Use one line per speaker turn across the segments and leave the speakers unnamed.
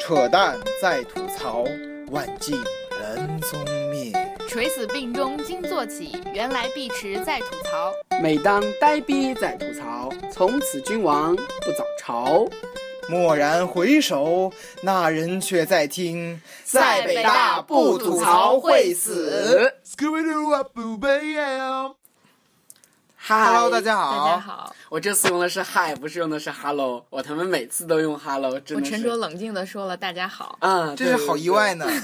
扯淡再吐槽，万径人踪灭。
垂死病中惊坐起，原来碧池在吐槽。
每当呆逼在吐槽，从此君王不早朝。
蓦然回首，那人却在听。
在北大不吐槽会
呃
死。
嗨
Hello，大家好。
大家。好，
我这次用的是嗨，不是用的是 hello。我他妈每次都用 hello，真
我
的是。
沉着冷静的说了大家好。
啊，
这是好意外
呢。
呢，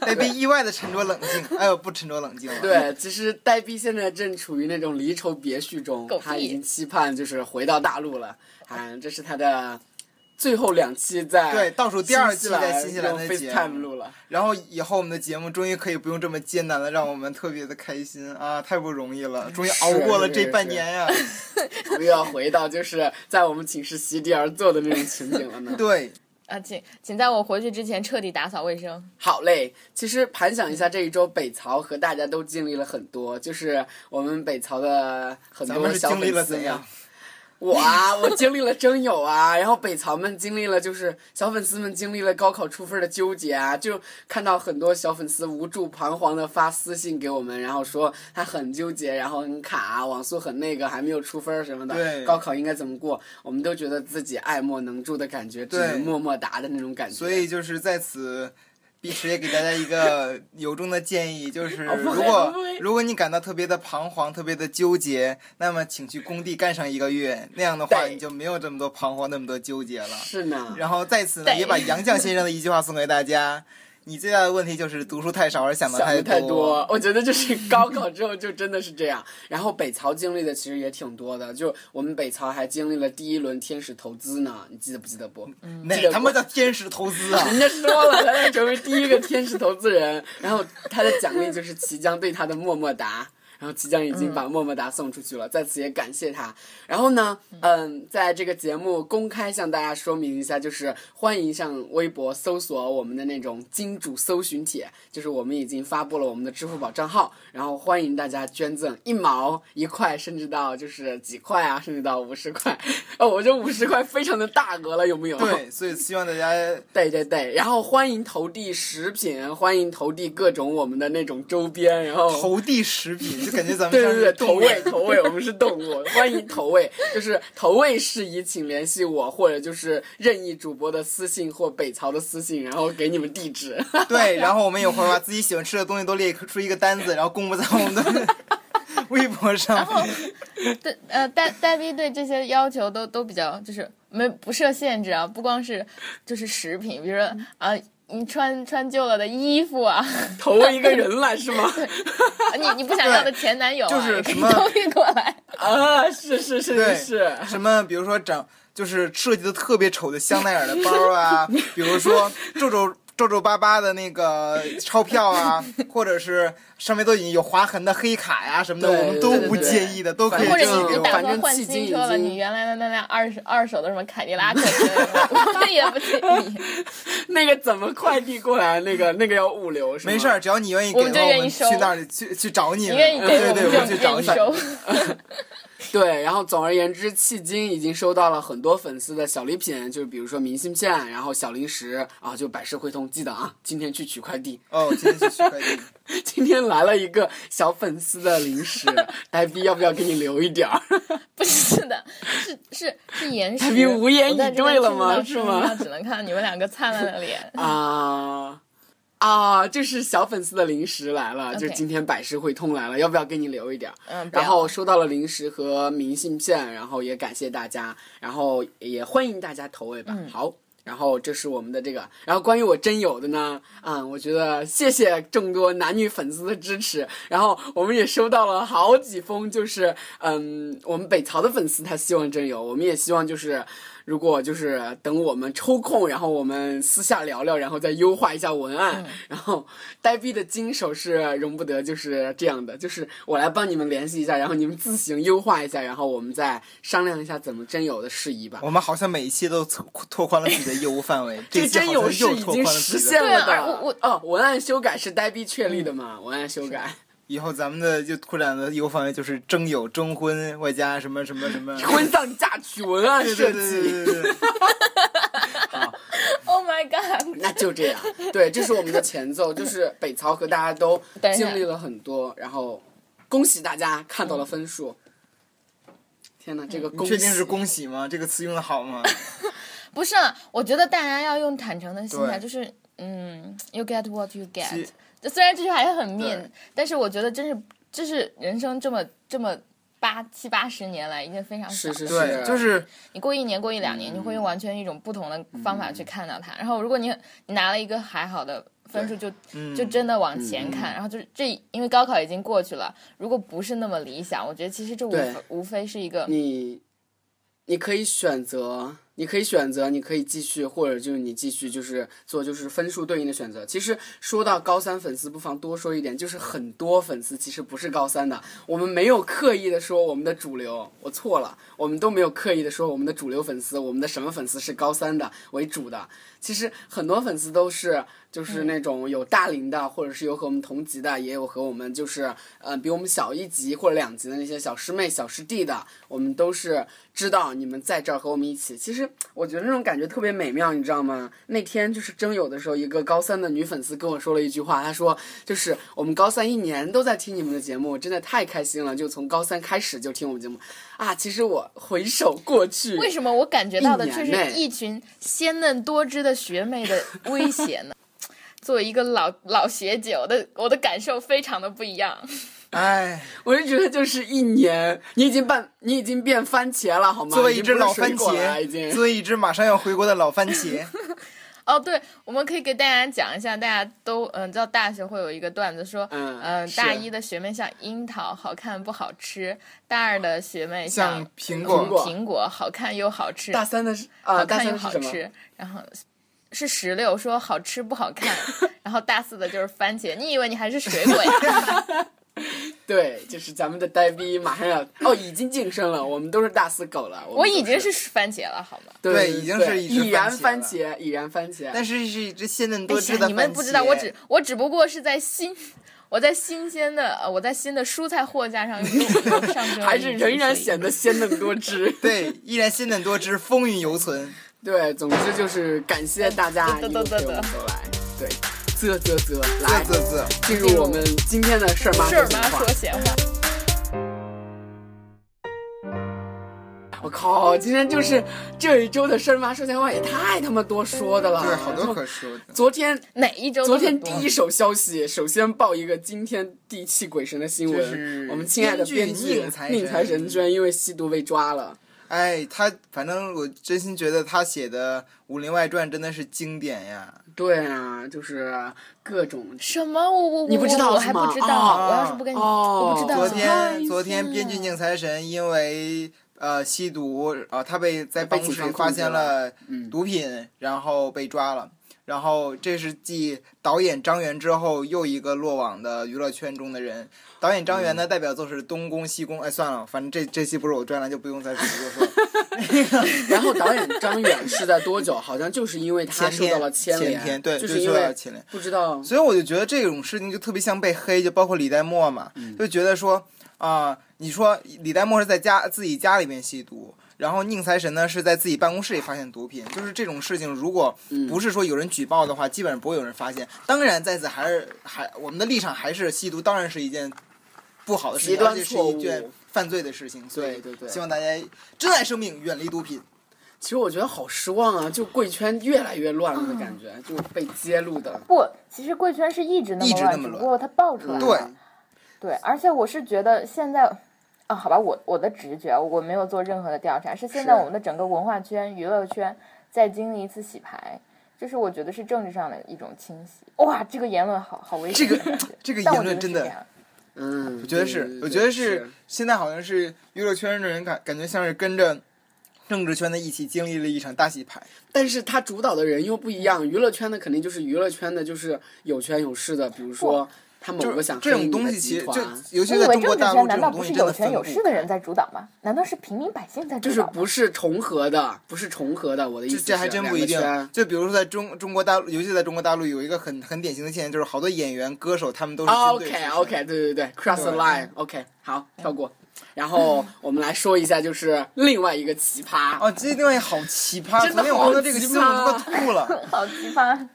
呆逼意外的沉着冷静。哎呦，不沉着冷静了。，
对，其实呆逼现在正处于那种离愁别绪中
狗，屁
他已经期盼就是回到大陆了。嗯，这是他的最后两期在
对倒数第二期
新西兰
在新西兰的
用
节
FaceTime
目
录了。
然后以后我们的节目终于可以不用这么艰难了，让我们特别的开心啊！太不容易了，终于熬过了这半年呀、
又要回到就是在我们寝室席地而坐的那种情景 了呢。
对，
啊，请请在我回去之前彻底打扫卫生。
好嘞，其实盘想一
嗯
下这一周北曹和大家都经历了很多，就是我们北曹的很
咱们
多
是
小
经历了
粉
怎
丝
样
呀。？我啊，我经历了征友啊， 然后北曹们经历了，就是小粉丝们经历了高考出分的纠结啊，就看到很多小粉丝无助彷徨的发私信给我们，然后说他很纠结，然后很卡，网速很那个，还没有出分什么
对
的，高考应该怎么过？我们都觉得自己爱莫能助的感觉，只
对
能么么哒的那种感觉。
所以就是在此，碧池也给大家一 个由衷的建议，就是
不会
如果
不会
如果你感到特别的彷徨、特别的纠结，那么请去工地干上一个月，那样的话
对
你就没有这么多彷徨、那么多纠结了。
是呢，
然后在此呢，
对
也把杨绛先生的一句话送给大家：你最大的问题就是读书太少而想的
想的
太
太多， 我觉得就是高考之后就真的是这样。然后北曹经历的其实也挺多的，就我们北曹还经历了第一轮天使投资呢，你记得不记得不？
哪他妈叫天使投资 啊？
人家说了，他要成为第一个天使投资人，然后他的奖励就是齐江对他的么么哒。然后齐江已经把么么哒送出去了，在此也感谢他。然后呢，嗯，在这个节目公开向大家说明一下，就是欢迎上微博搜索我们的那种金主搜寻帖，就是我们已经发布了我们的支付宝账号，然后欢迎大家捐赠一毛、一块，甚至到就是几块啊，甚至到五十块。哦，我这五十块非常的大额了，有没有？
对，所以希望大 家
对对对，然后欢迎投递食品，欢迎投递各种我们的那种周边，然后
投递食品，就感觉咱们
对
像
对
是
对，
动
投
物
喂投喂，我们是动物，欢迎投喂，就是投喂事宜，请联系我或者就是任意主播的私信或北曹的私信，然后给你们地址。
对，然后我们也会把自己喜欢吃的东西都列出一个单子，然后公布在我们 的微博上。
对，呃，呆呆逼对这些要求都都比较就是没不设限制啊，不光是就是食品，比如说啊。你穿穿旧了的衣服 啊，
投喂一个人来是吗？
你你不想要的前男友啊，
就是
也可以
什么
都运过来。
啊，是是是
对
是是，
什么，比如说长就是设计的特别丑的香奈儿的包 啊，比如说皱皱皱皱巴巴的那个钞票 啊，或者是上面都已经有划痕的黑卡呀、什么的，
对
我们都
对对
不
对
介意的，都可以
或
反
者
寄
正
你
给
你
我
打
们。
算换
反正迄今
新
已
车了，
经
你原来的那辆二手二手的什么凯迪拉克之类的，我们也不介意，
那个怎么快递过来？那个那个要物流是吗？
没事儿，只要你愿意
我
给
们
的
就
话，
愿
我
意
们
收
去那儿去去找你
你
们。
愿
呃
意给
对
我
对，
们
我们
就
去
愿
找
意
你。
收。
对，然后总而言之，迄今已经收到了很多粉丝的小礼品，就是比如说明信片，然后小零食啊，就百世汇通，记得啊，今天去取快递。
哦，今天去取快递。
今天来了一个小粉丝的零食，呆逼要不要给你留一点儿？
不是的，是是是岩石。
他比无言
我在
以
这边
对了
听不到
吗
声
是
音
吗
了只能看到你们两个灿烂的 脸。
啊啊，就是小粉丝的零食来了
OK
就今天百世汇通来了，要不要给你留一点儿？
嗯，不要
然后收到了零食和明信片，然后也感谢大家，然后也欢迎大家投喂
嗯
吧。好，然后这是我们的这个，然后关于我真友的呢，啊、我觉得谢谢众多男女粉丝的支持，然后我们也收到了好几封，就是嗯，我们北曹的粉丝他希望真友，我们也希望就是。如果就是等我们抽空，然后我们私下聊聊，然后再优化一下文案。
嗯
然后呆逼的金手是容不得，就是这样的，就是我来帮你们联系一下，然后你们自行优化一下，然后我们再商量一下怎么真友的事宜吧。
我们好像每一期都拓拓宽了自己的业务范 围，
这个
期
真
好
友
像
是
又
已
拓
经
宽了
实
自己的
现了
对
的。
啊我
哦，文案修改是呆逼确立的
嗯
嘛？文案修改
以后咱们的就拓展的业务范围就是征友、征婚，外加什么什么什么
婚丧嫁娶文案
对对
设计。
对对对对对，
，Oh my God！
就这样，对，这是我们的前奏，就是北曹和大家都
等一下
经历了很多，然后恭喜大家看到了分数。天哪，这个恭
你
喜
嗯确定是恭喜吗？这个词用的好吗？
不是、啊，我觉得大家要用坦诚的心态，
对
就是嗯，you get what you
其
get。就虽然这句话也很
对
mean，但是我觉得真是这是人生这么这么八七八十年来已经非常少
是
了。
是
对，就是
你过一年过一两年，你
嗯
会用完全一种不同的方法去看到它。然后如果你你拿了一个还好的分数就，就、
嗯
真的往前
嗯
看。然后就是这因为高考已经过去了，如果不是那么理想，我觉得其实这无
对
无非是一个
你，你可以选择，你可以选择，你可以继续，或者就是你继续就是做就是分数对应的选择。其实说到高三粉丝，不妨多说一点，就是很多粉丝其实不是高三的，我们没有刻意的说我们的主流，我错了，我们都没有刻意的说我们的主流粉丝，我们的什么粉丝是高三的为主的。其实很多粉丝都是就是那种有大龄的，或者是有和我们同级的，也有和我们就是呃比我们小一级或者两级的那些小师妹、小师弟的，我们都是知道你们在这儿和我们一起。其实我觉得那种感觉特别美妙，你知道吗？那天就是征友的时候，一个高三的女粉丝跟我说了一句话，她说就是我们高三一年都在听你们的节目，真的太开心了，就从高三开始就听我们节目啊。其实我回首过去，
为什么我感觉到的
一
却
年
是
内
一群鲜嫩多汁的学妹的威胁呢？ 作为一个老老学姐，我的我的感受非常的不一样。
哎，
我就觉得就是一年，你已经半，你已经变番茄了，好吗？
作为一只老
已
番
经不是水果了已
茄，
经
作为一只马上要回国的老番茄，
哦，对，我们可以给大家讲一下，大家都嗯，知道大学会有一个段子说，
嗯
呃
是
大一的学妹像樱桃，好看不好吃；大二的学妹
像苹果
苹果苹果好看又好吃，
大三的 是啊，
好看
大三
又
的是
好
什么？
吃，然后是石榴说好吃不好 看，然后大四的就是番茄，你以为你还是水果 呀？
对，就是咱们的呆逼马上要哦，已经晋升了，我们都是大四狗了。我
我
们都
已经
是
是番茄了，好吗？
对
对
对
已经
对
是一只
已然
番
番
茄
茄，已然番茄。
但是是一只鲜嫩多汁的
哎呀你们
番
不知
茄。
道，我只我只不过是在新。我在新鲜的，呃我在新的蔬菜货架上 又上升了
还
一
是
级
仍然
所以
显得鲜嫩多汁
对，依然鲜嫩多汁，风韵犹 存。
对，总之就是感谢大家一
嘚嘚嘚
路陪我们
嘚
走来。对，啧啧啧，来
啧啧啧，
进入我们今天的事儿妈
事儿
闲
妈
话
说闲话，
我靠，今天就是这一周的事儿妈说闲话也太他妈多说的了，
对，好多可说的。
昨天。
哪一周都
昨
很
天
多？
第一手消息，首先报一个惊天地泣鬼神的新
就
闻
是：
我们亲爱的编
编剧
剧
宁财神
宁财神居然因为吸毒被抓了。
哎，他反正我真心觉得他写的《武林外传》真的是经典呀。
对啊，就是各种
什么？我我我
你不知道
我我
是
还不
吗
知道。
哦
我要是不跟你，
哦
我不知
昨
道。
太
天
厉
昨天编剧宁财神因为呃吸毒，啊，他被在
被
办公
警
室
察
里发
控制
现了
嗯
毒品，然后被抓了。然后这是继导演张元之后又一个落网的娱乐圈中的人。导演张元
嗯
呢，代表作是《东宫》《西宫》。哎，算了，反正这这期不是我专栏，就不用再多说了。
然后导演张远是在多久？好像就是因为他
前
受
天
到了牵连，
前天对，
就
就是是
因为
前天。
不知道
所以我就觉得这种事情就特别像被黑，就包括李代沫嘛，
嗯
就觉得说啊、你说李代沫是在家自己家里面吸毒，然后宁财神呢是在自己办公室里发现毒品，就是这种事情，如果
嗯
不是说有人举报的话，基本上不会有人发现。当然，在此还是还我们的立场还是吸毒，当然是一件不好的事
极
情，
端
而且是
错误
一件犯罪的事情。所以
对对对
希望大家珍爱生命，远离毒品。
其实我觉得好失望啊！就贵圈越来越乱了的感觉，就被揭露的。
不，其实贵圈是一直那
一
么
直
乱，
那么
只不
乱嗯
过它爆出来了。
对，
对，而且我是觉得现在，啊，好吧，我我的直觉，我没有做任何的调查，是现在
是
我们的整个文化圈、娱乐圈在经历一次洗牌，就是我觉得是政治上的一种清洗。哇，这个言论好好危险的感觉。
这个
但
言
我觉
论
得
真
是
的
这。样
嗯，我
我觉得是，我觉得是现在好像是娱乐圈的人感感觉像是跟着政治圈的一起经历了一场大洗牌。
但是他主导的人又不一样，娱乐圈的肯定就是娱乐圈的，就是有权有势的，比如说他某
就
个
是
想
这
黑
种
你
东
的
西，
集
其实就
团
尤其
你以
在
为
中
政
国
治
大陆这
圈
种
难道不
东
是
西真
有
的
权
分
有
不
势的人
开。
在主导吗？难道是平民百姓在主
就是
导吗？
不是重合的，不是重合的。我的意
这
思是啊
这还真不一定
两个圈。
就比如说在中中国大陆，尤其在中国大陆有一个很很典型的现象，就是好多演员、歌手他们都是
哦
军队出
OK
身。
OK，对对对，cross the
对
line，OK，、好，跳过。然后我们来说一下，就是另外一个奇葩，
哦哦，这另外一个好奇葩，
真
昨
的
天我
好
看到这个
奇
新闻都
葩
快吐了。
好奇葩！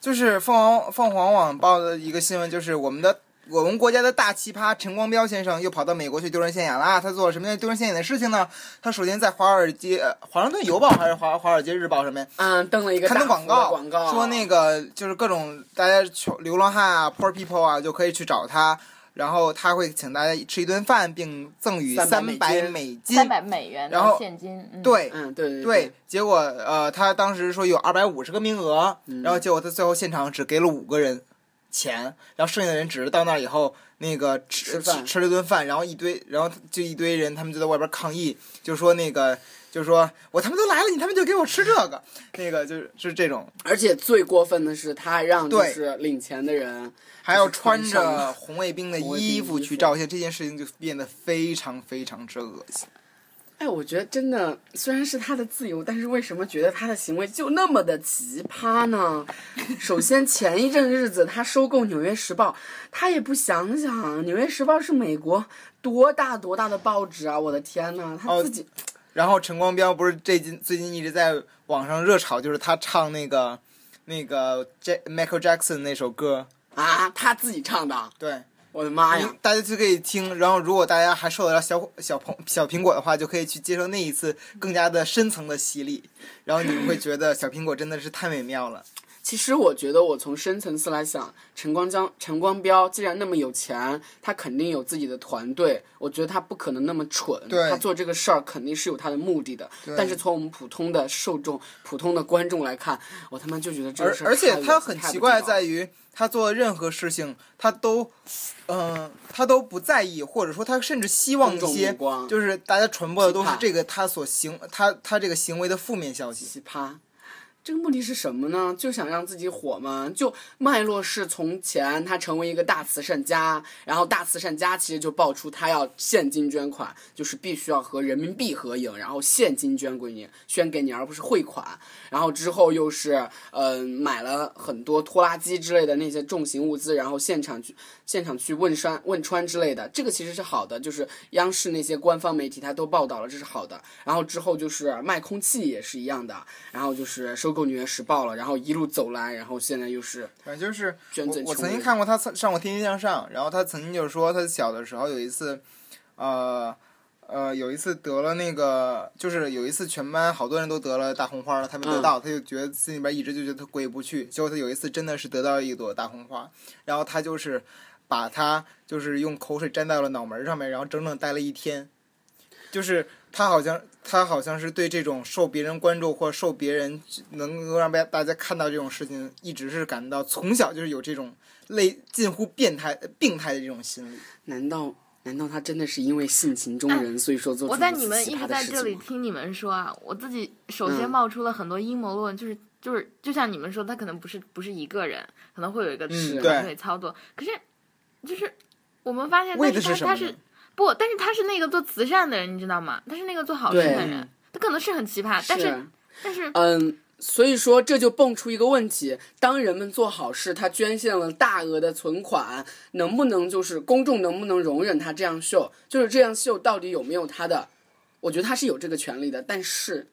就是凤凰凤凰网报的一个新闻，就是我们的我们国家的大奇葩陈光标先生又跑到美国去丢人现眼啦。他做了什么样丢人现眼的事情呢？他首先在华尔街、呃华盛顿邮报还是华华尔街日报上面
嗯，登了一个
刊
大
登广
幅的
告，
广告啊
说那个就是各种大家穷流浪汉啊、poor people 啊，就可以去找他，然后他会请大家吃一顿饭，并赠予
300
三百
美
美金
三。百美元
然后
的现金，嗯，
对
嗯，对对
对，结果呃，他当时说有二百五十个名额，
嗯
然后结果他最后现场只给了五个人钱，然后剩下的人只是到那儿以后那个吃
吃饭
吃吃了一顿饭，然后一堆，然后就一堆人，他们就在外边抗议，就说那个。就说我他们都来了，你他们就给我吃这个，那个就是就是这种，
而且最过分的是，他让就
对
是领钱的人
还要穿
就是穿
着
上
红卫兵的
红卫兵
衣服
衣
去
服
照相，这件事情就变得非常非常之恶心。
哎，我觉得真的，虽然是他的自由，但是为什么觉得他的行为就那么的奇葩呢？首先，前一阵日子他收购《纽约时报》，他也不想想，《纽约时报》是美国多大多大的报纸啊！我的天呐，他
哦
自己、
然后陈光标不是最近最近一直在网上热炒，就是他唱那个那个 J Michael Jackson 那首歌，
啊，他自己唱的，
对，
我的妈
你
呀！
大家就可以听。然后如果大家还受得了小小苹小苹果的话，就可以去接受那一次更加的深层的洗礼，然后你们会觉得小苹果真的是太美妙了。
其实我觉得，我从深层次来想，陈光江、陈光标既然那么有钱，他肯定有自己的团队。我觉得他不可能那么蠢，
对
他做这个事儿肯定是有他的目的的。但是从我们普通的受众、普通的观众来看，我他妈就觉得这
而
个事儿
而且
太
他
恶
很
太
奇
不地
怪
道
在
了
于，他做任何事情，他都，嗯、他都不在意，或者说他甚至希望一
公众
些
目光，
就是大家传播的都是
批判
这个他所行，他他这个行为的负面消息。
奇葩。这个目的是什么呢？就想让自己火吗？就脉络是从前他成为一个大慈善家，然后大慈善家其实就爆出他要现金捐款，就是必须要和人民币合影，然后现金捐给你，捐给你，而不是汇款。然后之后又是嗯、呃买了很多拖拉机之类的那些重型物资，然后现场去现场去汶川汶川之类的，这个其实是好的，就是央视那些官方媒体它都报道了，这是好的。然后之后就是卖空气也是一样的，然后就是收购《纽约时报》了，然后一路走来，然后现在又是
反正就是
捐赠
我我
穷
曾经
人
看过他上上过《天天向上》，然后他曾经就是说，他小的时候有一次，呃呃，有一次得了那个，就是有一次全班好多人都得了大红花了，他没得
嗯
到，他就觉得心里边一直就觉得他过意不去。结果他有一次真的是得到了一朵大红花，然后他就是把它就是用口水沾到了脑门儿上面，然后整整待了一天，就是。他好像，他好像是对这种受别人关注或受别人能够让大大家看到这种事情，一直是感到从小就是有这种类近乎变态、病态的这种心理。
难道？难道他真的是因为性情中人，所以说做出
哎我
如
在
此
你们
奇
一
葩
直
的
在
事
这
情
里
吗
听你们说啊，我自己首先
嗯
冒出了很多阴谋论，就是就是，就像你们说，他可能不是不是一个人，可能会有一个
嗯
是
团队操作。可是，就是我们发现，
为
但
的
是
是什
他
么
他
呢
是？不，但是他是那个做慈善的人，你知道吗？他是那个做好事
对
的人，他可能是很奇葩，但
啊
啊
是但是
嗯，所以说这就蹦出一个问题：当人们做好事，他捐献了大额的存款，能不能就是公众能不能容忍他这样秀？就是这样秀到底有没有他的？我觉得他是有这个权利的，但是。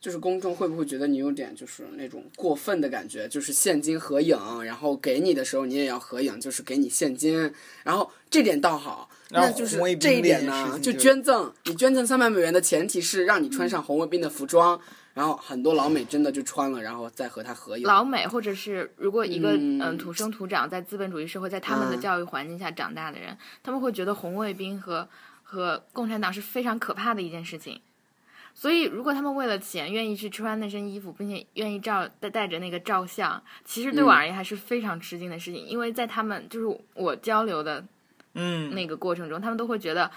就是公众会不会觉得你有点就是那种过分的感觉？就是现金合影，然后给你的时候你也要合影，就是给你现金。然后这点倒好，
然后
那就是
红卫兵
这一点
这件事
呢，
情
就
就
捐赠。你捐赠三百美元的前提是让你穿上红卫兵的服装，然后很多老美真的就穿了，然后再和他合影。
老美或者是如果一个
嗯
嗯、土生土长在资本主义社会，在他们的
嗯
教育环境下长大的人，他们会觉得红卫兵和和共产党是非常可怕的一件事情。所以，如果他们为了钱愿意去穿那身衣服，并且愿意照带带着那个照相，其实对我
嗯
而言还是非常吃惊的事情，因为在他们就是我交流的
嗯，
那个过程中，他们都会觉得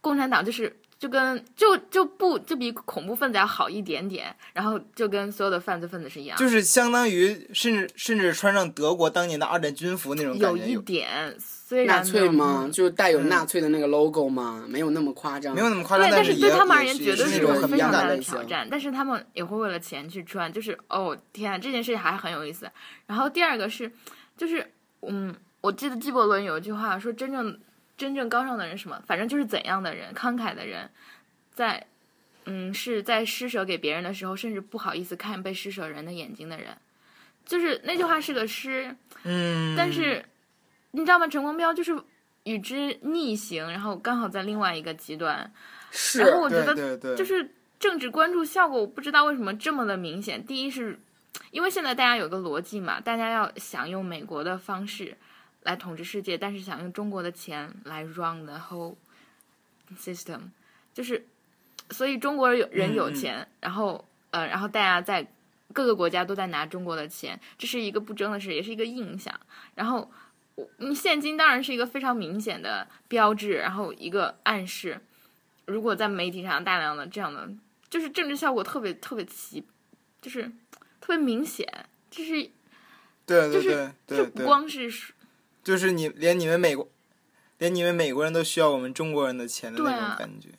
共产党就是就跟就就不就比恐怖分子要好一点点，然后就跟所有的犯罪分子是一样的，
就是相当于甚至甚至穿上德国当年的二战军服那种感
有
觉，
一点，虽然
纳粹
呢
吗？
嗯
就带有纳粹的那个 logo 吗？没有那么夸张，
没有那么夸张
对，，但
是
对
也
他们而
也
言
是
绝对
是
是
一
一
种
个
很
非
敏
常
感
大
的
的
类型
挑战。但是他们也会为了钱去穿，就是哦天啊，这件事情还很有意思。然后第二个是，就是嗯，我记得纪伯伦有一句话说，真正真正高尚的人是什么，反正就是怎样的人，慷慨的人，在嗯是在施舍给别人的时候，甚至不好意思看被施舍人的眼睛的人。就是那句话是个诗，
嗯，
但是你知道吗？陈光标就是与之逆行，然后刚好在另外一个极端，
是
然后我觉
对
得
对对，
就是政治关注效果，我不知道为什么这么的明显。第一是，因为现在大家有个逻辑嘛，大家要想用美国的方式来统治世界，但是想用中国的钱来 run the whole system，就是，所以中国有人有
嗯嗯
钱，然后呃，然后大家在各个国家都在拿中国的钱，这是一个不争的事，也是一个印象。然后我嗯，现金当然是一个非常明显的标志，然后一个暗示。如果在媒体上大量的这样的，就是政治效果特别特别奇，就是特别明显，就是
对
就
对
是
对
这
对
不
对，
光是说
就是你连你们美国，连你们美国人都需要我们中国人的钱的那
对啊
种感觉。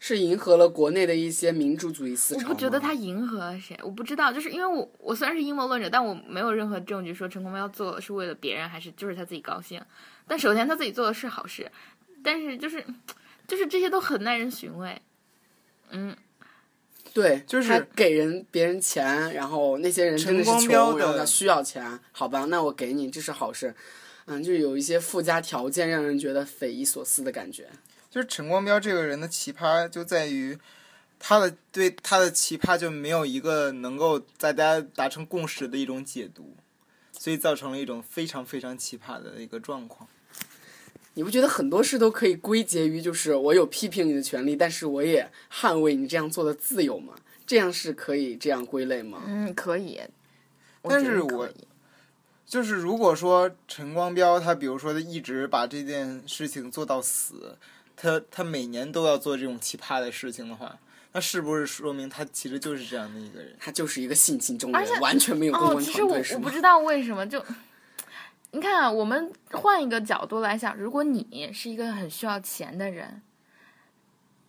是迎合了国内的一些民主主义思
我
潮吗。
不觉得他迎合谁，我不知道，就是因为我我虽然是阴谋论者，但我没有任何证据说陈光标做的是为了别人，还是就是他自己高兴。但首先他自己做的是好事，但是就是就是这些都很耐人寻味。嗯，
对，
就是
他给人别人钱，然后那些人真的是
陈光
穷，
标的
然后他需要钱，好吧，那我给你，这是好事。嗯，就是有一些附加条件，让人觉得匪夷所思的感觉。
就是陈光标这个人的奇葩就在于，他的对他的奇葩就没有一个能够大家达成共识的一种解读，所以造成了一种非常非常奇葩的一个状况。
你不觉得很多事都可以归结于就是我有批评你的权利，但是我也捍卫你这样做的自由吗？这样是可以这样归类吗？
嗯，可以。
但是我就是如果说陈光标他比如说他一直把这件事情做到死，他他每年都要做这种奇葩的事情的话，那是不是说明他其实就是这样的一个人？
他就是一个性情中
而且
人，完全没有公
哦，
关
其
啊
实
团
我
队，是
我不
吗？
知道为什么就，你看、啊，我们换一个角度来想，如果你是一个很需要钱的人，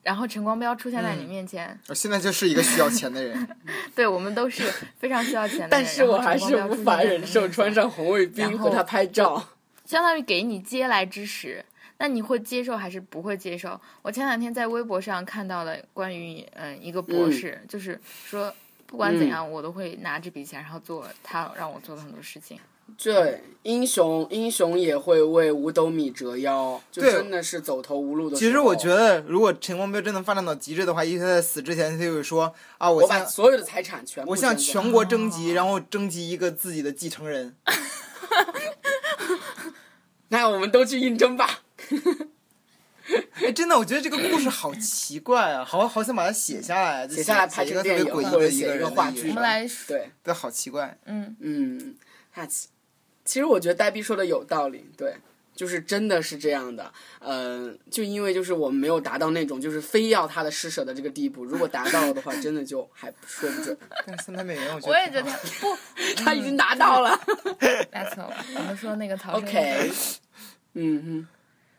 然后陈光标出现在你
嗯
面前，
我现在就是一个需要钱的人，
对我们都是非常需要钱的人，
但是
然后
我还
陈
是
光标出
无
现
法
在你
忍受
面
穿
前
上红卫兵
然
和
后
他拍照。
相当于给你嗟来之食，那你会接受还是不会接受？我前两天在微博上看到了关于嗯、一个博士，就是说不管怎样，我都会拿这笔钱，然后做他让我做的很多事情。
对，英雄英雄也会为五斗米折腰，就
对
真的是走投无路的时候。
其实我觉得，如果陈光标真的发展到极致的话，因为他在死之前他就会说啊，我
我把
向
所有的财产全部
我向
捐赠
全国征集，然后征集一个自己的继承人。
那我们都去应征吧。
哎，真的，我觉得这个故事好奇怪啊，好好想把它写下来，
写下来拍
一
成
个特
电
别
影
诡异
或者
的
写一
个
个
人
话
的一
剧
个
我们来说，
对，
对，好奇怪。
嗯，
嗯，哈奇，其实我觉得呆逼说的有道理，对。就是真的是这样的，嗯、就因为就是我们没有达到那种就是非要他的施舍的这个地步，如果达到了的话，真的就还说不准。
但三百美元，我觉得
我也觉
挺
得
好
不，
他已经达到了
that's all。我们说 那个曹生
，OK，嗯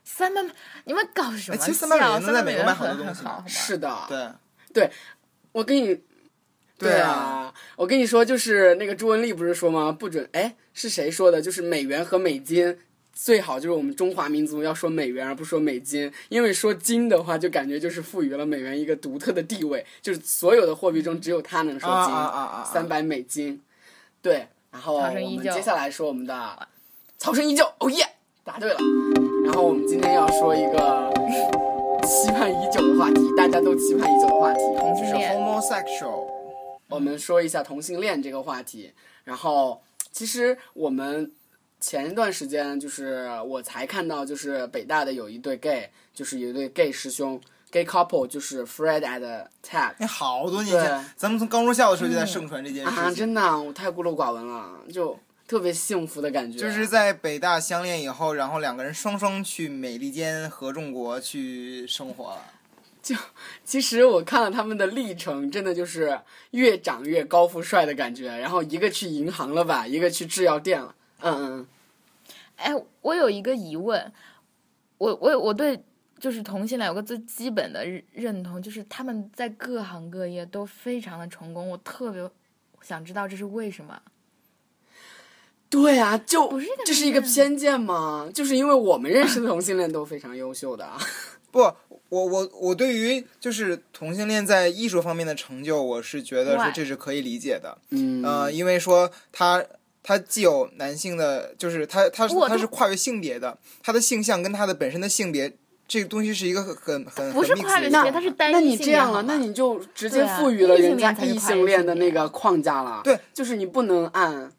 三百，你们搞什么
哎
笑？
其实300美元能在美国买
很
好多东西
很
呢
好，好吧
哼，是的，
对
我跟你，
对
啊
啊，
我跟你说，就是那个朱文丽不是说吗？不准，哎，是谁说的？就是美元和美金。最好就是我们中华民族要说美元，而不说美金，因为说金的话，就感觉就是赋予了美元一个独特的地位，就是所有的货币中只有它能说
啊
金，
啊啊啊啊
三百美金。对，然后我
曹生依
们
旧
接下来说我们的曹生依旧，哦耶，答对了。然后我们今天要说一个期盼已久的话题，大家都期盼已久的话题，
同
啊就
性
是
恋
homosexual，
我们说一下同性恋这个话题。然后，其实我们前一段时间就是我才看到，就是北大的有一对 gay，就是有一对 gay 师兄，gay couple，就是 Fred and Tab。
那哎好多年前
对，
咱们从高中校的时候就在盛传这件
啊，
事情，
真的啊，我太孤陋寡闻了，就特别幸福的感觉。
就是在北大相恋以后，然后两个人双双去美利坚合众国去生活了。
其实我看了他们的历程，真的就是越长越高富帅的感觉。然后一个去银行了吧，一个去制药店了。嗯嗯嗯，
哎，我有一个疑问，我我我对就是同性恋有个最基本的认认同，就是他们在各行各业都非常的成功，我特别想知道这是为什么。
对啊，就
不是一个
这是一个
偏见
偏见吗？就是因为我们认识的同性恋都非常优秀的啊。
不，我我我对于就是同性恋在艺术方面的成就，我是觉得
Why？
说这是可以理解的。
嗯
呃，因为说他它既有男性的，就是它它是
我
它
都
是跨越性别的，它的性向跟它的本身的性别，这个东西是一个很很很
不是
很 mix
跨
的
越
一
性
个
别，
那
它是单一
那
性
你
别
这样
好
了，
吗
那你就直
对
接
啊
赋予了
异性
人家
恋才是
异
跨越
性恋
性
的
别
那个框架了。
对，
就是你不能按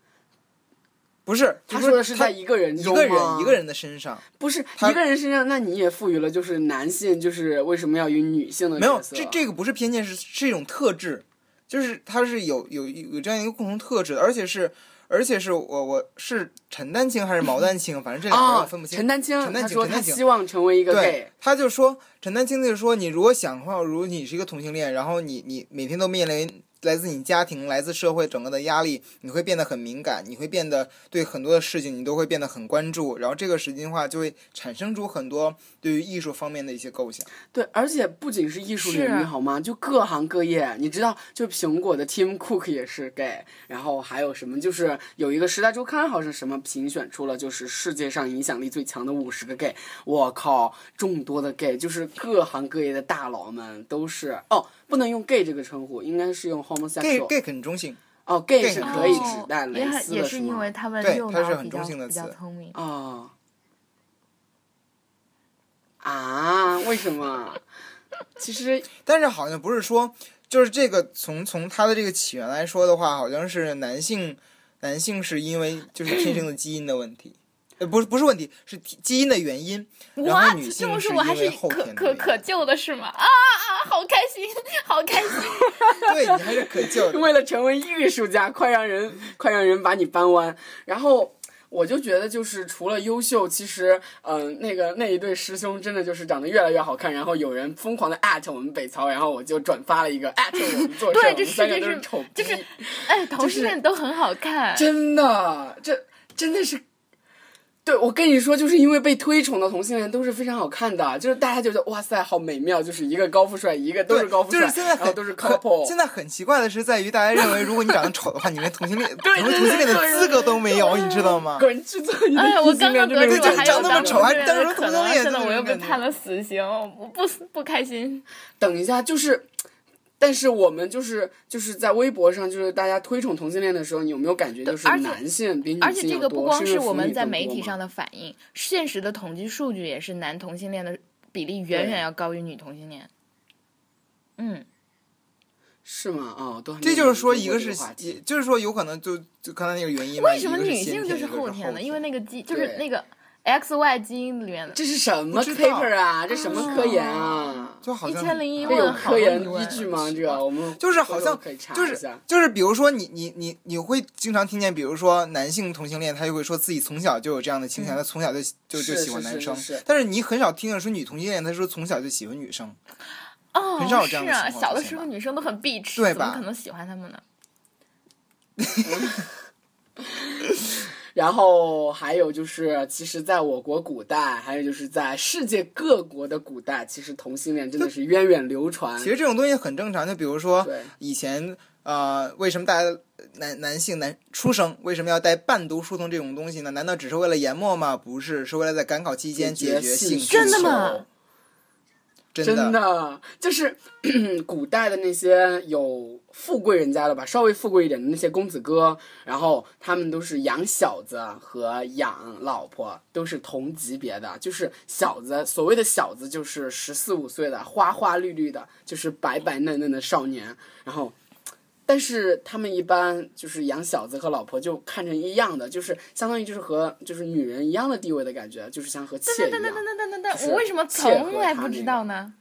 不是，
他
就
说的是
它
在一个人
一
中
个人
吗
一个人的身上，
不是
他
一个人身上，那你也赋予了就是男性，就是为什么要有女性的
没有
角色
这这个不是偏见，是是一种特质，就是它是有有有这样一个共同特质的，而且是而且是我我是陈丹青还是毛丹青，反正这两个
啊
我分不，清
陈。丹青
陈丹
他
青
说
陈
他
丹青
希望成为一个 gay，
对，他就说陈丹青就说，你如果想的话，如果你是一个同性恋，然后你你每天都面临来自你家庭、来自社会整个的压力，你会变得很敏感，你会变得对很多的事情你都会变得很关注，然后这个时间的话就会产生出很多对于艺术方面的一些构想。
对，而且不仅是艺术
是
领域好吗？就各行各业，你知道，就苹果的 Tim Cook 也是 gay，然后还有什么，就是有一个《时代周刊》好像什么评选出了，就是世界上影响力最强的五十个 gay。我靠，众多的 gay，就是各行各业的大佬们都是哦，不能用 gay 这个称呼，应该是用
gay
homosexual。
gay 很中性，
哦，gay
gay
是
很
可以
中
指
性
代
哦
蕾
也
丝
很也
的，
是因
吗？
为他们
对
右
它是
脑
很
比较
中性的
比较
词
聪明。
哦。啊？为什么？ 其实
但是好像不是说，就是这个从从它的这个起源来说的话，好像是男性男性是因为就是天生的基因的问题，呃，不是不是问题，是基因的原因。然后
What？
女
这
性
么说
是
我还
因为
是
后
可
天的
可
原
可
因
救的是吗？啊啊，好开心， 好开心！
对你还是可救 的。
为了成为艺术家，快让人 快让人把你扳弯。然后我就觉得，就是除了优秀，其实嗯、呃那个那一对师兄真的就是长得越来越好看。然后有人疯狂的艾特我们北曹，然后我就转发了一个艾特我们做事，
对
我们
这
三个
世界
都是
是
丑逼，
就是哎，同
是
性恋都很好看，
真的，这真的是。对，我跟你说，就是因为被推崇的同性恋都是非常好看的，就是大家觉得哇塞，好美妙，就是一个高富帅，一个都
对，
是高富
就
帅，
是现在
然后
很
都是
很
couple，
现在很奇怪的是，在于大家认为，如果你长得丑的话，你连同性恋
对
成为同性恋的资格都没有，你知道吗？
滚去做你的
哎，我
异性
刚刚
恋这
得
种
知
这
我
种
还
长
有
那么
当
丑还
同性恋
当成
的
同
可
性
能，
恋
现在
这
我
种
又被
感觉
判了死刑，我不不不开心。
等一下，就是，但是我们就是就是在微博上，就是大家推崇同性恋的时候，你有没有感觉就是
对而且
男性比女性
而且这
要
个不
多
光
是因
是
为
我们
腐女
在
更
媒
多
体
吗
上的反应，现实的统计数据也是男同性恋的比例远
对
远要高于女同性恋。嗯，
是吗？哦，都还没
这就是说，
有
一
过
个
这
是
话，题
也就是说，有可能就就刚才那个原因嘛。
为什么
啊一个是
女
先
性
天
就是
一个后
天呢？因为那个基就
对
是那个 X Y 基因里 面的
这是什么
不知道
paper 啊？这什么科研啊？
就好
一
像
千零一
这有
问好
科研
多
依 据吗？这
个
个我们
就是
回
好
头
像
可以查
就
一
是
下。
就是，比如说你你你你会经常听见，比如说男性同性恋，他就会说自己从小就有这样的倾向，他从小就就就是喜欢
嗯是
男
是
生
是是。
但是你很少听见说女同性恋，他说从小就喜欢女生。
哦，
很少有
是
这样的
啊，
情况
小的
出
时
现
候
吧
女生都很避斥，
对
怎么
吧
可能喜欢他们呢？
然后还有就是，其实在我国古代，还有就是在世界各国的古代，其实同性恋真的是源远流传。
其实这种东西很正常，就比如说
啊对
以前呃，为什么大家男男性男出生为什么要带伴读书童这种东西呢？难道只是为了研墨吗？不是，是为了在赶考期间解决
性
性
需
需
求
真的吗
真的
真的就是古代的那些有富贵人家的吧，稍微富贵一点的那些公子哥，然后他们都是养小子和养老婆都是同级别的，就是小子所谓的小子就是十四五岁的花花绿绿的，就是白白嫩嫩的少年，然后。但是他们一般就是养小子和老婆就看成一样的，就是相当于就是和就是女人一样的地位的感觉，就是像和妾
等
一
等等
样
等等等等等，
就是
我为什么
切合
从来
他
不
那
知
个
道呢？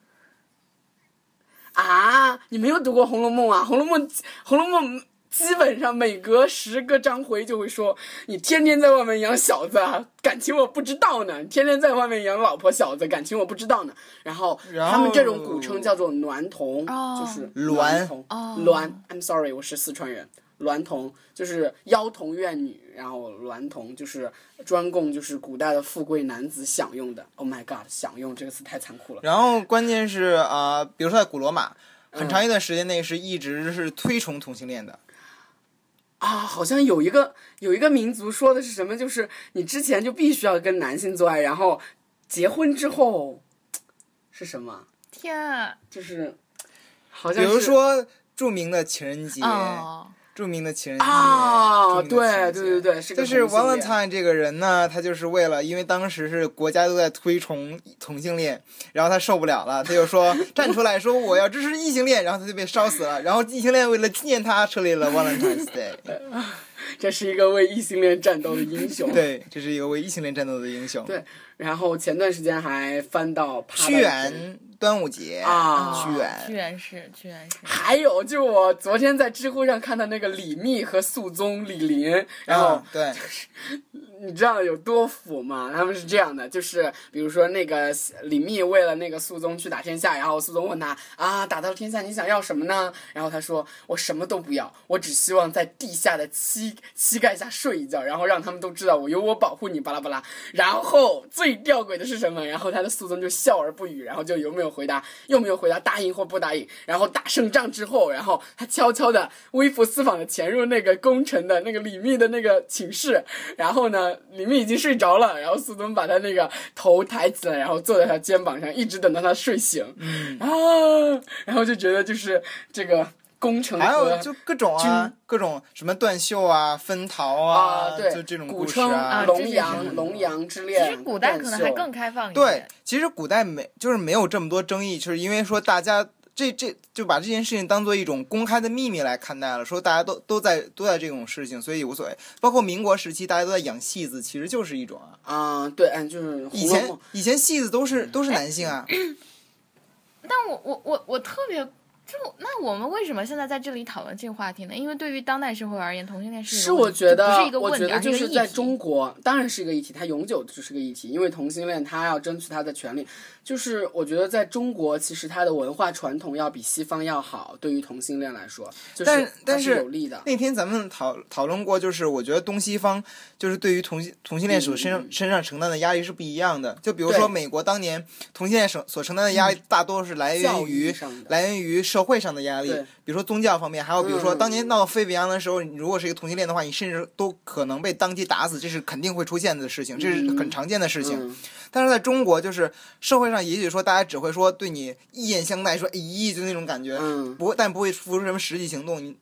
啊，你没有读过《红楼梦》啊？《红楼梦》《红楼梦》基本上每隔十个章回就会说，你天天在外面养小子，啊，感情我不知道呢；你天天在外面养老婆小子，感情我不知道呢。然后
然
他们这
后
种古称叫做娈童，
哦
就是
娈
童，
哦
娈。I'm sorry，我是四川人。娈童就是妖童怨女，然后娈童就是专供就是古代的富贵男子享用的。Oh my god，享用这个词太残酷了。
然后关键是啊、呃比如说在古罗马，很长一段时间内是一直是推崇同性恋的。
啊，好像有一个有一个民族说的是什么，就是你之前就必须要跟男性做爱，然后结婚之后是什么？
天啊！
就是好
比
像是
如说著名的情人节，
哦，
著名的情人节著名的
啊，
情
对对
人节
对对，是个
但是
同性恋
Valentine 这个人呢，他就是为了，因为当时是国家都在推崇同性恋，然后他受不了了，他就说站出来说我要支持异性恋，然后他就被烧死了。然后异性恋为了纪念他，设立了 Valentine's Day。
这是一个为异性恋战斗的英雄。
对，这是一个为异性恋战斗的英雄。
对然后前段时间还翻到
屈原端午节
啊
屈
居
原，
然是，居然是，
还有就我昨天在知乎上看到那个李密和肃宗李林，然后
啊对，
你知道有多腐吗？他们是这样的，就是比如说那个李密为了那个肃宗去打天下，然后肃宗问他啊，打到天下你想要什么呢？然后他说我什么都不要，我只希望在地下的膝膝盖下睡一觉，然后让他们都知道我有我保护你，巴拉巴拉。然后最吊诡的是什么？然后他的肃宗就笑而不语，然后就有没有回答，又没有回答答应或不答应。然后打胜仗之后，然后他悄悄的微服私访的潜入那个功臣的那个李密的那个寝室，然后呢，李密已经睡着了，然后苏东把他那个头抬起来，然后坐在他肩膀上，一直等到他睡醒。嗯啊，然后就觉得就是这个功成
还
和
有就各种啊，各种什么断袖啊、分桃
啊，对，
就这种
古
故事
称
啊这
龙
是
阳
很
龙阳之
其
恋。
实古代可能还更开放一
对
点。，
其实古代没就是没有这么多争议，就是因为说大家这这就把这件事情当做一种公开的秘密来看待了，说大家都都在都在这种事情，所以无所谓。包括民国时期，大家都在养戏子，其实就是一种啊。
啊，对，嗯，就是《
以
红楼
前
梦
以前戏子都是都是男性啊，
但我我我我特别。就那我们为什么现在在这里讨论这个话题呢？因为对于当代社会而言，同性恋是
是
一个
我
问题就不是一，个问
觉得我觉
题，
得
而是
就
一个
是
议
在
题
中国，当然是一个议题，它永久就是个议题，因为同性恋它要争取它的权利。就是我觉得在中国，其实它的文化传统要比西方要好，对于同性恋来说，就是
但
它
但
是
是
有利的。
那天咱们讨讨论过，就是我觉得东西方就是对于同性同性恋所身上、身上承担的压力是不一样的。就比如
嗯对
说美国当年同性恋所所承担的压力，大多是来源
教
于
育上的
来源于社会上的压力
对，
比如说宗教方面，还有比如说
嗯
当年闹沸沸扬扬的时候，你如果是一个同性恋的话，你甚至都可能被当街打死，这是肯定会出现的事情，这是很常见的事情。
嗯
但是在中国，就是社会上也许说大家只会说对你一眼相待，说咦就那种感觉，
嗯，
不会，但不会付出什么实际行动。你，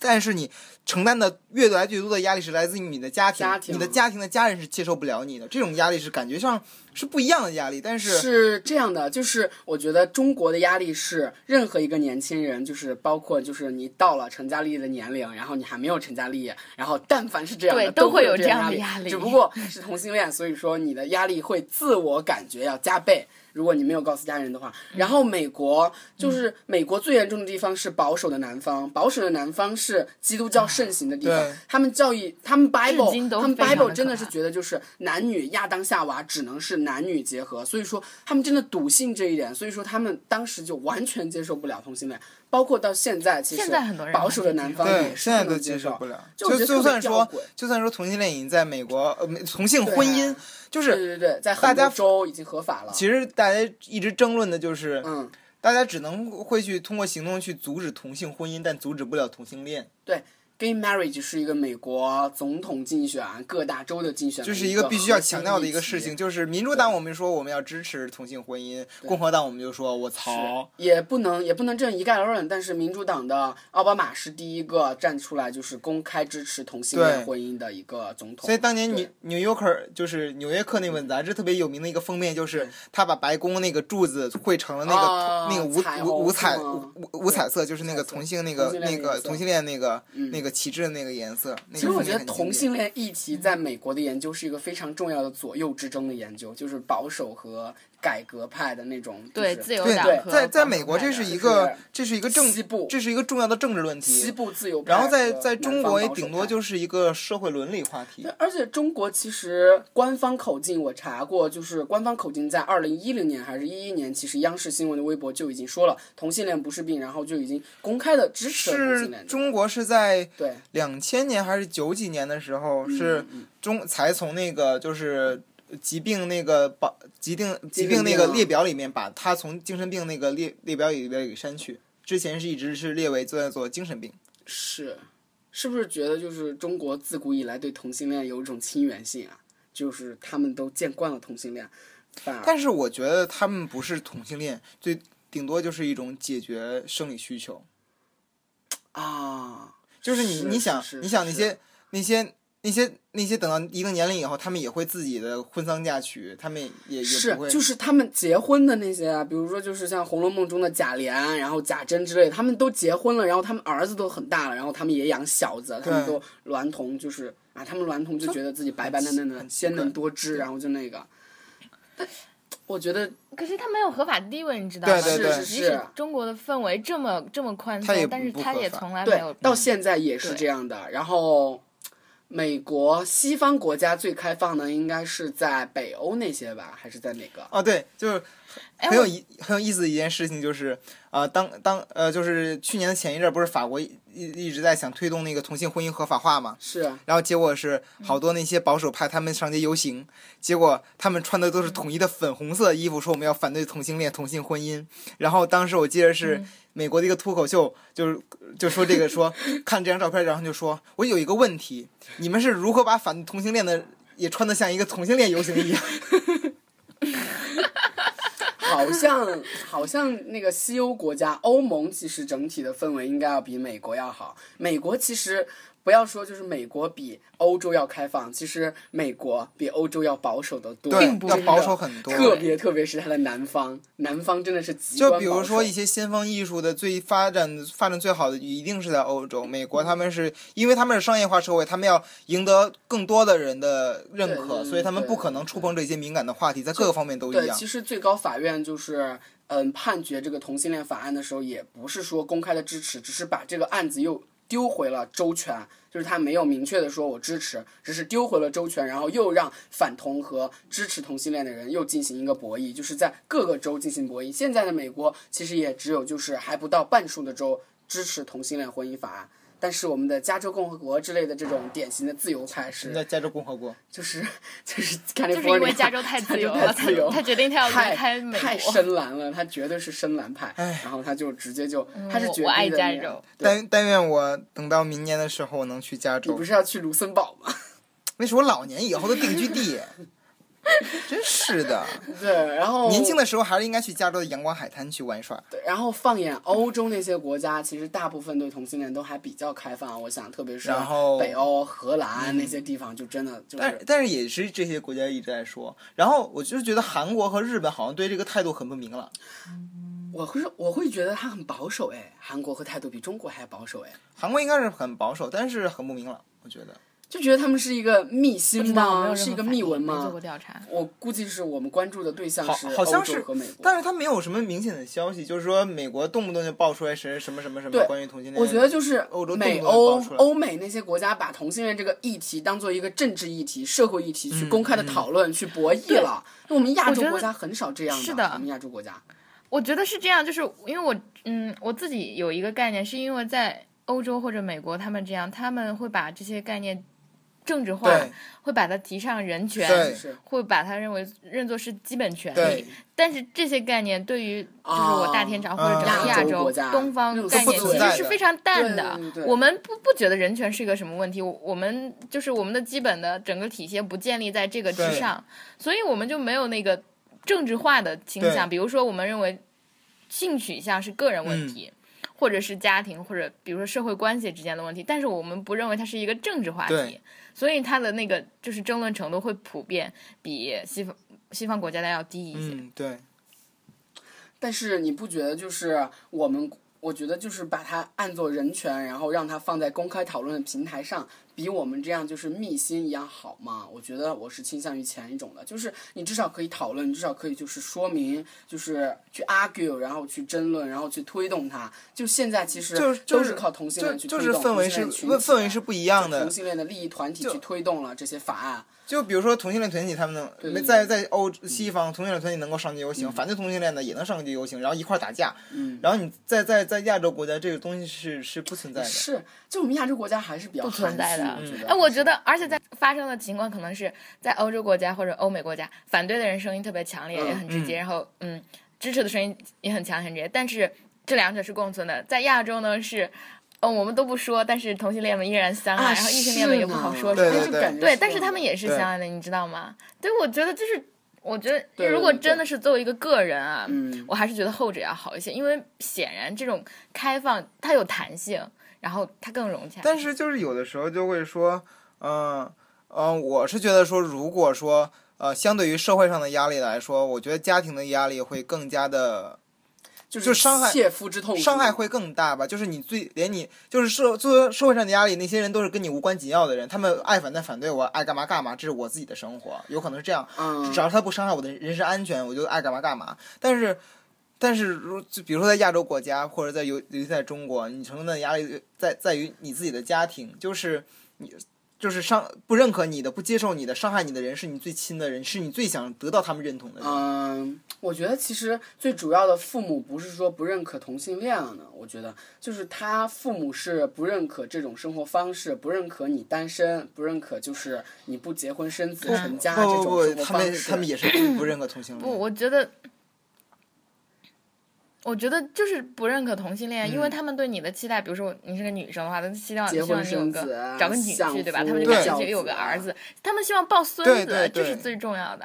但是你承担的越来越多的压力是来自于你的家庭，
家庭
你的家庭的家人是接受不了你的，这种压力是感觉上是不一样的压力，但是
是这样的，就是我觉得中国的压力是任何一个年轻人，就是包括就是你到了成家立业的年龄，然后你还没有成家立业，然后但凡是这样的，
对
都
都会有
有这
这样的
的
压力
只不过是同性恋，所以说你的压力会自我感觉要加倍。如果你没有告诉家人的话，然后
嗯
美国就是美国最严重的地方是保守的南方，保守的南方是基督
啊
教盛行的地方
对，
他们教义，他们 Bible，
今都
他们
非常的
Bible 真的
可
是
怕
觉得就是男女亚当夏娃只能是男女结合，所以说他们真的笃信这一点，所以说他们当时就完全接受不了同性恋，包括到现在，其实
现在很多人
保守的南方
对
也是
现在
不能
都接受
受
不了。
就我觉得特
就
别
算说
吊诡
就算说同性恋已经在美国呃没同性婚
对
姻
啊，
就是
对对对，在
大
很多
家
州已经合法了。
其实大家一直争论的就是，
嗯，
大家只能会去通过行动去阻止同性婚姻，但阻止不了同性恋，
对，gay marriage 是一个美国总统竞选各大州的竞选的
这
核
是
心
一
议题，
个必须要强调的一个事情。就是民主党我们说我们要支持同性婚姻，共和党我们就说我操。
也不能也不能这样一概而论，但是民主党的奥巴马是第一个站出来就是公开支持同性恋
对
婚姻的一个总统。
所以当年
对
纽纽约客就是纽约客那本杂志特别有名的一个封面，就是他把白宫那个柱子绘成了那个、
啊
那个五
彩虹
五五彩
是吗
五五彩色，就是那个
彩色
同性那
同
个
性
那
恋的颜
个
色嗯
同性恋那个、那个旗帜的那个颜色。那个
其实我
封
觉
面
得
很嗯经
同
典
性恋议题在美国的研究是一个非常重要的左右之争的研究，就是保守和改革派的那种、就是、
对自由
对
党
对
和
在
保
在
守
美国
派
这
的
是一
就是
个这是一个政
西部
这是一个重要的政治问题。
西部自由派
然
和
后
南方保守派，
在在中国也顶多就是一个社会伦理话题
对。而且中国其实官方口径我查过，就是官方口径在二零一零年还是一一年，其实央视新闻的微博就已经说了同性恋不是病，然后就已经公开的支持了同
是
性恋。
中国是在
对，
两千年还是九几年的时候，是
嗯
中才从那个就是疾病那个保疾病疾病那
病
个
啊
列表里面把它从精神病那个列列表里边给删去。之前是一直是列为叫做精神病，
是，是不是觉得就是中国自古以来对同性恋有一种亲缘性啊？就是他们都见惯了同性恋，反而
但是我觉得他们不是同性恋，最顶多就是一种解决生理需求。
啊，
就是你
是
你想
是
你想那
是
些那些那些那些等到一定年龄以后，他们也会自己的婚丧嫁娶，他们也也
是
不会，
就是他们结婚的那些啊，比如说就是像《红楼梦》中的贾琏，啊然后贾珍之类的，他们都结婚了，然后他们儿子都很大了，然后他们也养小子，他们
对
都娈童，就是啊，他们娈童就觉得自己白白嫩嫩的
很，奇
鲜嫩
怪
多汁，然后就那个。但我觉得
可是他没有合法地位，你知道吗？
对对
就
对
即
是
使中国的氛围这么这么宽
他也
松，
不
但是
不
他
合
也
法
从来没
对
有，嗯
到现在也是
对
这样的。然后，美国西方国家最开放的应该是在北欧那些吧，还是在哪个？
哦，对，就是
哎
很有
我
意很有意思的一件事情就是，呃，当当呃，就是去年的前一阵儿，不是法国一一直在想推动那个同性婚姻合法化嘛，
是啊
然后结果是
嗯
好多那些保守派他们上街游行，结果他们穿的都是统一的粉红色衣服，说我们要反对同性恋、同性婚姻。然后当时我记得
嗯
是美国的一个脱口秀，就是就说这个说看这张照片，然后就说我有一个问题，你们是如何把反对同性恋的也穿的像一个同性恋游行一样？
好像 好像那个西欧国家，欧盟其实整体的氛围应该要比美国要好。美国其实不要说就是美国比欧洲要开放，其实美国比欧洲要保守的多，
对
不，
要
是
保
的
守很多。
特别特别是它的南方，南方真的是极
就
端保守。
比如说一些先锋艺术的最发展发展最好的一定是在欧洲、美
嗯
国，他们是因为他们是商业化社会，他们要赢得更多的人的认
对对
可，
对
所以他们不可能触碰这些敏感的话题，在各个方面都一
对，
样
其。实最高法院就是嗯判决这个同性恋法案的时候，也不是说公开的支持，只是把这个案子又丢回了州权，就是他没有明确的说我支持，只是丢回了州权，然后又让反同和支持同性恋的人又进行一个博弈，就是在各个州进行博弈。现在的美国其实也只有就是还不到半数的州支持同性恋婚姻法案。但是我们的加州共和国之类的这种典型的自由派
你
是，
在加州共和国，
就是 就是就是
就是因为加州太自由了，
太自由
他他决定他要离开美
太
国。
深蓝了，他绝对是深蓝派，然后他就直接就他是
我嗯
绝对的
我爱加
那样
州
对，
但但愿我等到明年的时候我能去加
你
州
不，是要去卢森堡吗？
那是我老年以后的定居地。 真是 的，
嗯
对，然后
年轻的时候还是应该去加州的阳光海滩去玩耍。
对，然后放眼欧洲那些国家，其实大部分对同性恋都还比较开放，我想特别是
然后
北欧、荷兰那些地方，就真的就是
但但是也是这些国家一直在说，然后我就觉得韩国和日本好像对这个态度很不明朗。
我会我会觉得他很保守哎，韩国和态度比中国还保守哎，
韩国应该是很保守，但是很不明朗，我觉得。
就觉得他们是一个密
不
心
知道有没有
吗？
任何
是一个
反
密
应
文
没做
吗
过？调查。
我估计是我们关注的对象
好
是
好像
欧洲
是
和美国，
但是他没有什么明显的消息，就是说美国动不动就爆出来谁什么什么什么
对
关于同性恋。
我觉得就是
欧洲动不动
美
就
欧
爆出来
欧美那些国家把同性恋这个议题当做一个政治议题、社会议题
嗯
去公开的讨论、去博弈了。那我们亚
我
洲
觉得
国家很少这样
是的
我们亚洲国家
我觉得是这样，就是因为我嗯，我自己有一个概念，是因为在欧洲或者美国，他们这样，他们会把这些概念政治化，
对
会把它提上人
对
权，
是
会把它认为认作是基本权利
对。
但是这些概念对于就是
啊
我大天朝或者整
啊亚
个亚
洲
洲
国、家
东
那
方
种
概
都
念
不
其
存在
实
的嗯
是非常淡的
对对对。对
我们不不觉得人权是一个什么问题，我我们就是我们的基本的整个体系不建立在这个之
对
上，所以我们就没有那个政治化的倾
对嗯
向。比如说，我们认为性取向是个人问题。或者是家庭，或者比如说社会关系之间的问题，但是我们不认为它是一个政治话题
对，
所以它的那个就是争论程度会普遍比西方西方国家的要低一些。
嗯，对，
但是你不觉得就是我们？我觉得就是把它按作人权，然后让它放在公开讨论的平台上，比我们这样就是密心一样好吗？我觉得我是倾向于前一种的，就是你至少可以讨论，你至少可以就是说明，就是去 argue，然后去争论，然后去推动它。就现在其实
就是
都
就是
靠同性
就
恋去推
就
动，
是氛围是
同性恋群体啊
氛围是不一样的
同。性恋的利益团体去推动了这些法案。
就比如说同性恋团体，他们能
对对嗯
在在欧西方同性恋团体能够上街游行，反对同性恋的也能上街游行，然后一块儿打架。
嗯
然后你在在在亚洲国家，这个东西是是不存在的。
是，就我们亚洲国家还是比较
不存在的
含蓄
哎，我觉得，而且在发生的情况可能是在欧洲国家或者欧美国家，反对的人声音特别强烈，
嗯
也很直接，
嗯
然后嗯，支持的声音也很强很直接，但是这两者是共存的。在亚洲呢是，嗯，我们都不说，但是同性恋们依然相爱，
啊，
然后异性恋们也不好说
是呢
什
对对。
么
对
哎就感觉
对，
这
但是
样
他们
的
也是相爱的，你知道吗？对，我觉得就是，我觉得
对
如果
对对
真的是作为一个个人啊，
嗯
我还是觉得后者要好一些，因为显然这种开放它有弹性，
然后它更融洽。
但是就是有的时候就会说，嗯、嗯、我是觉得说，如果说呃，相对于社会上的压力来说，我觉得家庭的压力会更加的
就是
就伤害
切肤之痛，
伤害会更大吧。就是你最连你就是社作为社会上的压力，那些人都是跟你无关紧要的人，他们爱反对反对我，爱干嘛干嘛，这是我自己的生活，有可能是这样。
嗯
只要他不伤害我的人身安全，我就爱干嘛干嘛。但是，但是如就比如说在亚洲国家，或者在尤尤其在中国，你承担的压力在在于你自己的家庭，就是你就是伤不认可你的、不接受你的、伤害你的人是你最亲的人，是你最想得到他们认同的人。
嗯，我觉得其实最主要的父母不是说不认可同性恋呢，我觉得就是他父母是不认可这种生活方式，不认可你单身，不认可就是你不结婚生子成家这
不
种
不不
生活
他
方
们
式。
他们也是不不认可同性
不，
恋。
我觉得，我觉得就是不认可同性恋，因为他们对你的期待，比如说你是个女生的话，他希望希
嗯结
望
婚
你有
生子
个
啊
找个女
相
婿，对吧？
夫
他们就感
对
兴趣有个儿
啊
子，他们希望抱孙
对
子
对，
这是
对
最重要的。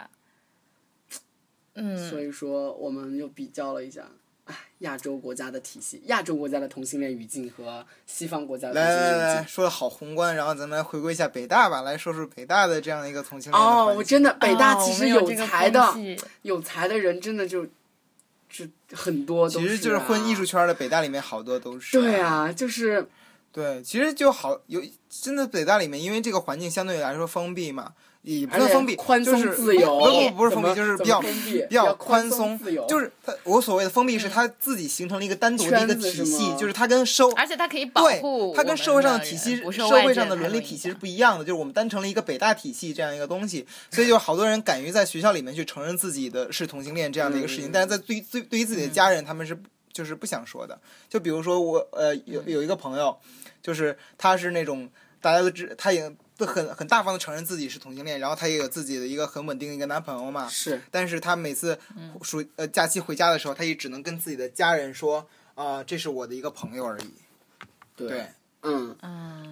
嗯
所以说我们又比较了一下。唉亚洲国家的体系，亚洲国家的同性恋语境和西方国家的同
来
性
来
恋语
来
境
来，。说的好宏观，然后咱们来回归一下北大吧，来说说北大的这样一个同性恋的
哦，
环
我
境
真的，北大
哦
其
我
实
们有
有
这个
才
风
的，
气
有才的人真的就就很多都
其实就是
啊
混艺术。圈的，北大里面好多都是。
对啊，就是
对，其实就好有真的北大里面，因为这个环境相对来说封闭嘛，也不
而
算
且
封闭，
宽
就
松
是
自由，
不不不是
怎
封闭，
么
就是比
怎么
较
封闭比
比较
宽
宽松
自由，嗯
就是它我所谓的封闭是它自己形成了一个单独的一个
圈子
体
是
系，
吗
就是它跟收。
而且它可以保护
对，它跟社会上
的
体系、
不
社会上的伦理体系是不一样的。就是我们单成了一个北大体系这样一个东西，所以就好多人敢于在学校里面去承认自己的是同性恋这样的一个事情，
嗯
但是在对对对于自己的家人，他们是就是不想说的。就比如说我呃有有一个朋友，就是他是那种大家都知，他也都很很大方的承认自己是同性恋，然后他也有自己的一个很稳定的一个男朋友嘛，
是
但是他每次暑呃假期回家的时候，他也只能跟自己的家人说，啊、这是我的一个朋友而已。
对
对，
嗯，
嗯，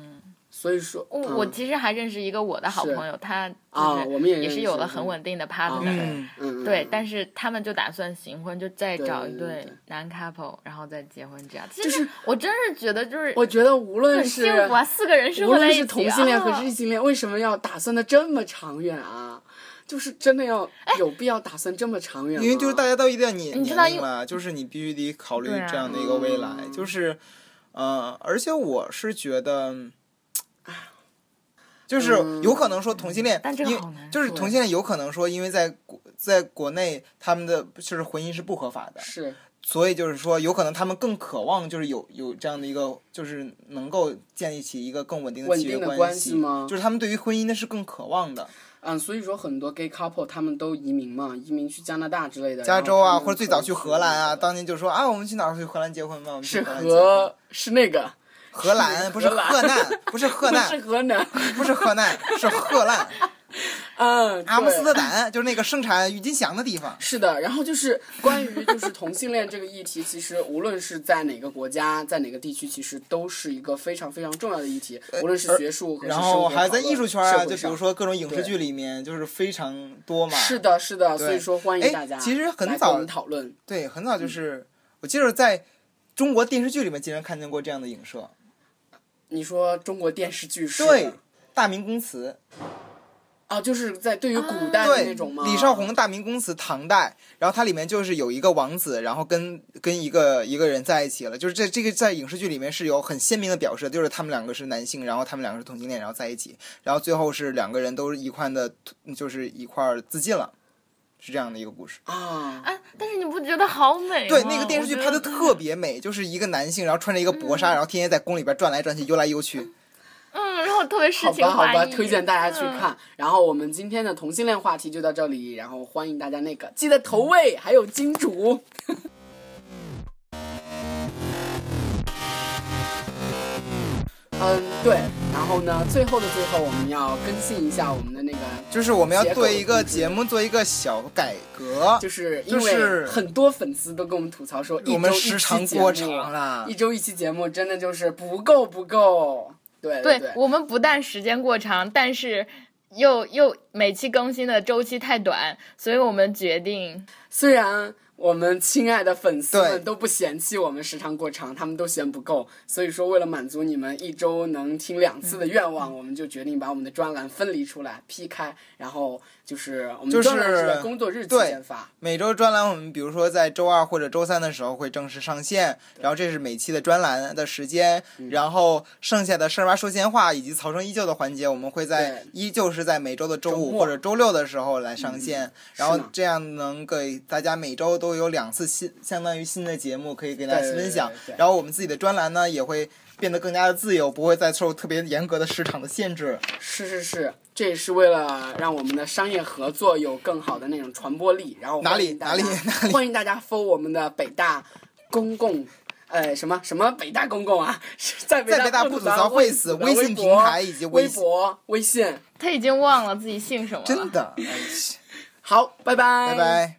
所以说
我
嗯
我其实还认识一个我的好
是
朋友，他
啊
就是
我们也
也
认
是有
识
了
嗯
很稳定的
嗯
partner，
嗯，
嗯嗯
对
嗯，
但是他们就打算行婚，就再
对
找一
对对
对
对
男 couple，然后再结婚这样。
就
就是我真是觉得就是
我觉得无论
很
是
幸福啊，四个人生
无
活在
论
一起
是同性恋和
啊
异性恋，为什么要打算的这么长远啊？就是真的要
哎
有必要打算这么长远吗？
因为就是大家都一定要你
你知道
年龄嘛，就是你必须得考虑这样的一个未来，
对啊
就是，呃，而且我是觉得。就是
嗯
有可能说同性恋，
但这个
因为
好难
就是
说
同性恋有可能说，因为在国在国内他们的就是婚姻是不合法的，
是
所以就是说，有可能他们更渴望就是有有这样的一个，就是能够建立起一个更稳定的
稳
契约
定的
系
关系吗
就是他们对于婚姻那是更渴望的。
嗯，所以说很多 gay couple 他们都移民嘛，移民去加拿大之类的，
加
然后
州
他
啊，
们
或者最早去荷兰啊，
可能
当年就说啊，我们去哪儿去荷兰结婚吧，我们去
是
荷兰结婚。
河是那个
荷兰不是
荷兰
河南，不是河
不
南
是，河南，
不是河南，是 荷兰，
嗯，
阿姆斯特
对。
丹就是那个生产郁金香的地方。
是的，然后就是关于就是同性恋这个议题，其实无论是在哪个国家，在哪个地区，其实都是一个非常非常重要的议题，无论是学术和是
呃然
生
后
活
哦还有在
讨论
艺术圈啊，
社会
就比
上
如说各种影视
对
剧里面，就是非常多嘛。
是的，是的，
对
所以说欢
哎
迎大家。
其实很
来
早
跟我们讨论，
对，很
嗯
早就是、我记得在中国电视剧里面竟然看见过这样的影射，
你说中国电视剧是
对，大明宫词，
啊，就是在对于古代的
啊对，
那种吗？
李少红的《大明宫词》，唐代，然后它里面就是有一个王子，然后跟跟一个一个人在一起了，就是这这个在影视剧里面是有很鲜明的表示，就是他们两个是男性，然后他们两个是同性恋，然后在一起，然后最后是两个人都是一块的，就是一块儿自尽了，是这样的一个故事。
啊，
哎，但是你不觉得好
哎
美吗？
对，那个电视剧
我
拍的
觉得
特别美，就是一个男性，然后穿着一个薄纱，然后天天在宫里边转来转去，游来游去。
嗯，然后特别诗
好
情
吧，好
画意。嗯
吧，推荐大家去
嗯
看。然后我们今天的同性恋话题就到这里，然后欢迎大家那个记得投喂，还有金主。 嗯，对，然后呢，最后的最后，我们要更新一下我们的那个，
就是我们要
结构
对一个
就是
节目做一个小改革，
就是因
就
为
是
很多粉丝都跟我们吐槽说，一
我们
周一
时
期
长
节
过
目
长了
一。周一期节目真的就是不够不够。对
对
对，
我们不但时间过长，但是又又每期更新的周期太短，所以我们决定
虽然我们亲爱的粉丝
对
们都不嫌弃我们时长过长，他们都嫌不够，所以说为了满足你们一周能听两次的愿望，我们就决定把我们的专栏分离出来劈开，然后就是我们
就是
专栏是在工作日期
对
间发，
每周专栏我们比如说在周二或者周三的时候会正式上线，然后这是每期的专栏的时间，
嗯
然后剩下的事儿妈说闲话以及曹生依旧的环节，我们会在
对
依旧是在每周的周
周
五
末
或者周六的时候来上线，然后
嗯是呢
这样能给大家每周都有两次新，相当于新的节目可以给大家
对对
分享
对对，对
然后我们自己的专栏呢也会变得更加的自由，不会再受特别严格的市场的限制。
是是是，这也是为了让我们的商业合作有更好的那种传播力。然后
哪里
欢迎
哪
大家
里哪里
欢迎大家 follow 我们的北大公共。呃，什么什么北大公共啊， 是在北
在北大不
不
吐
吐
槽会
会
死
的
微
微
信
博
平台以及微
微博、微信。
他已经忘了自己姓什么了。
真的，
好，拜拜，
拜拜。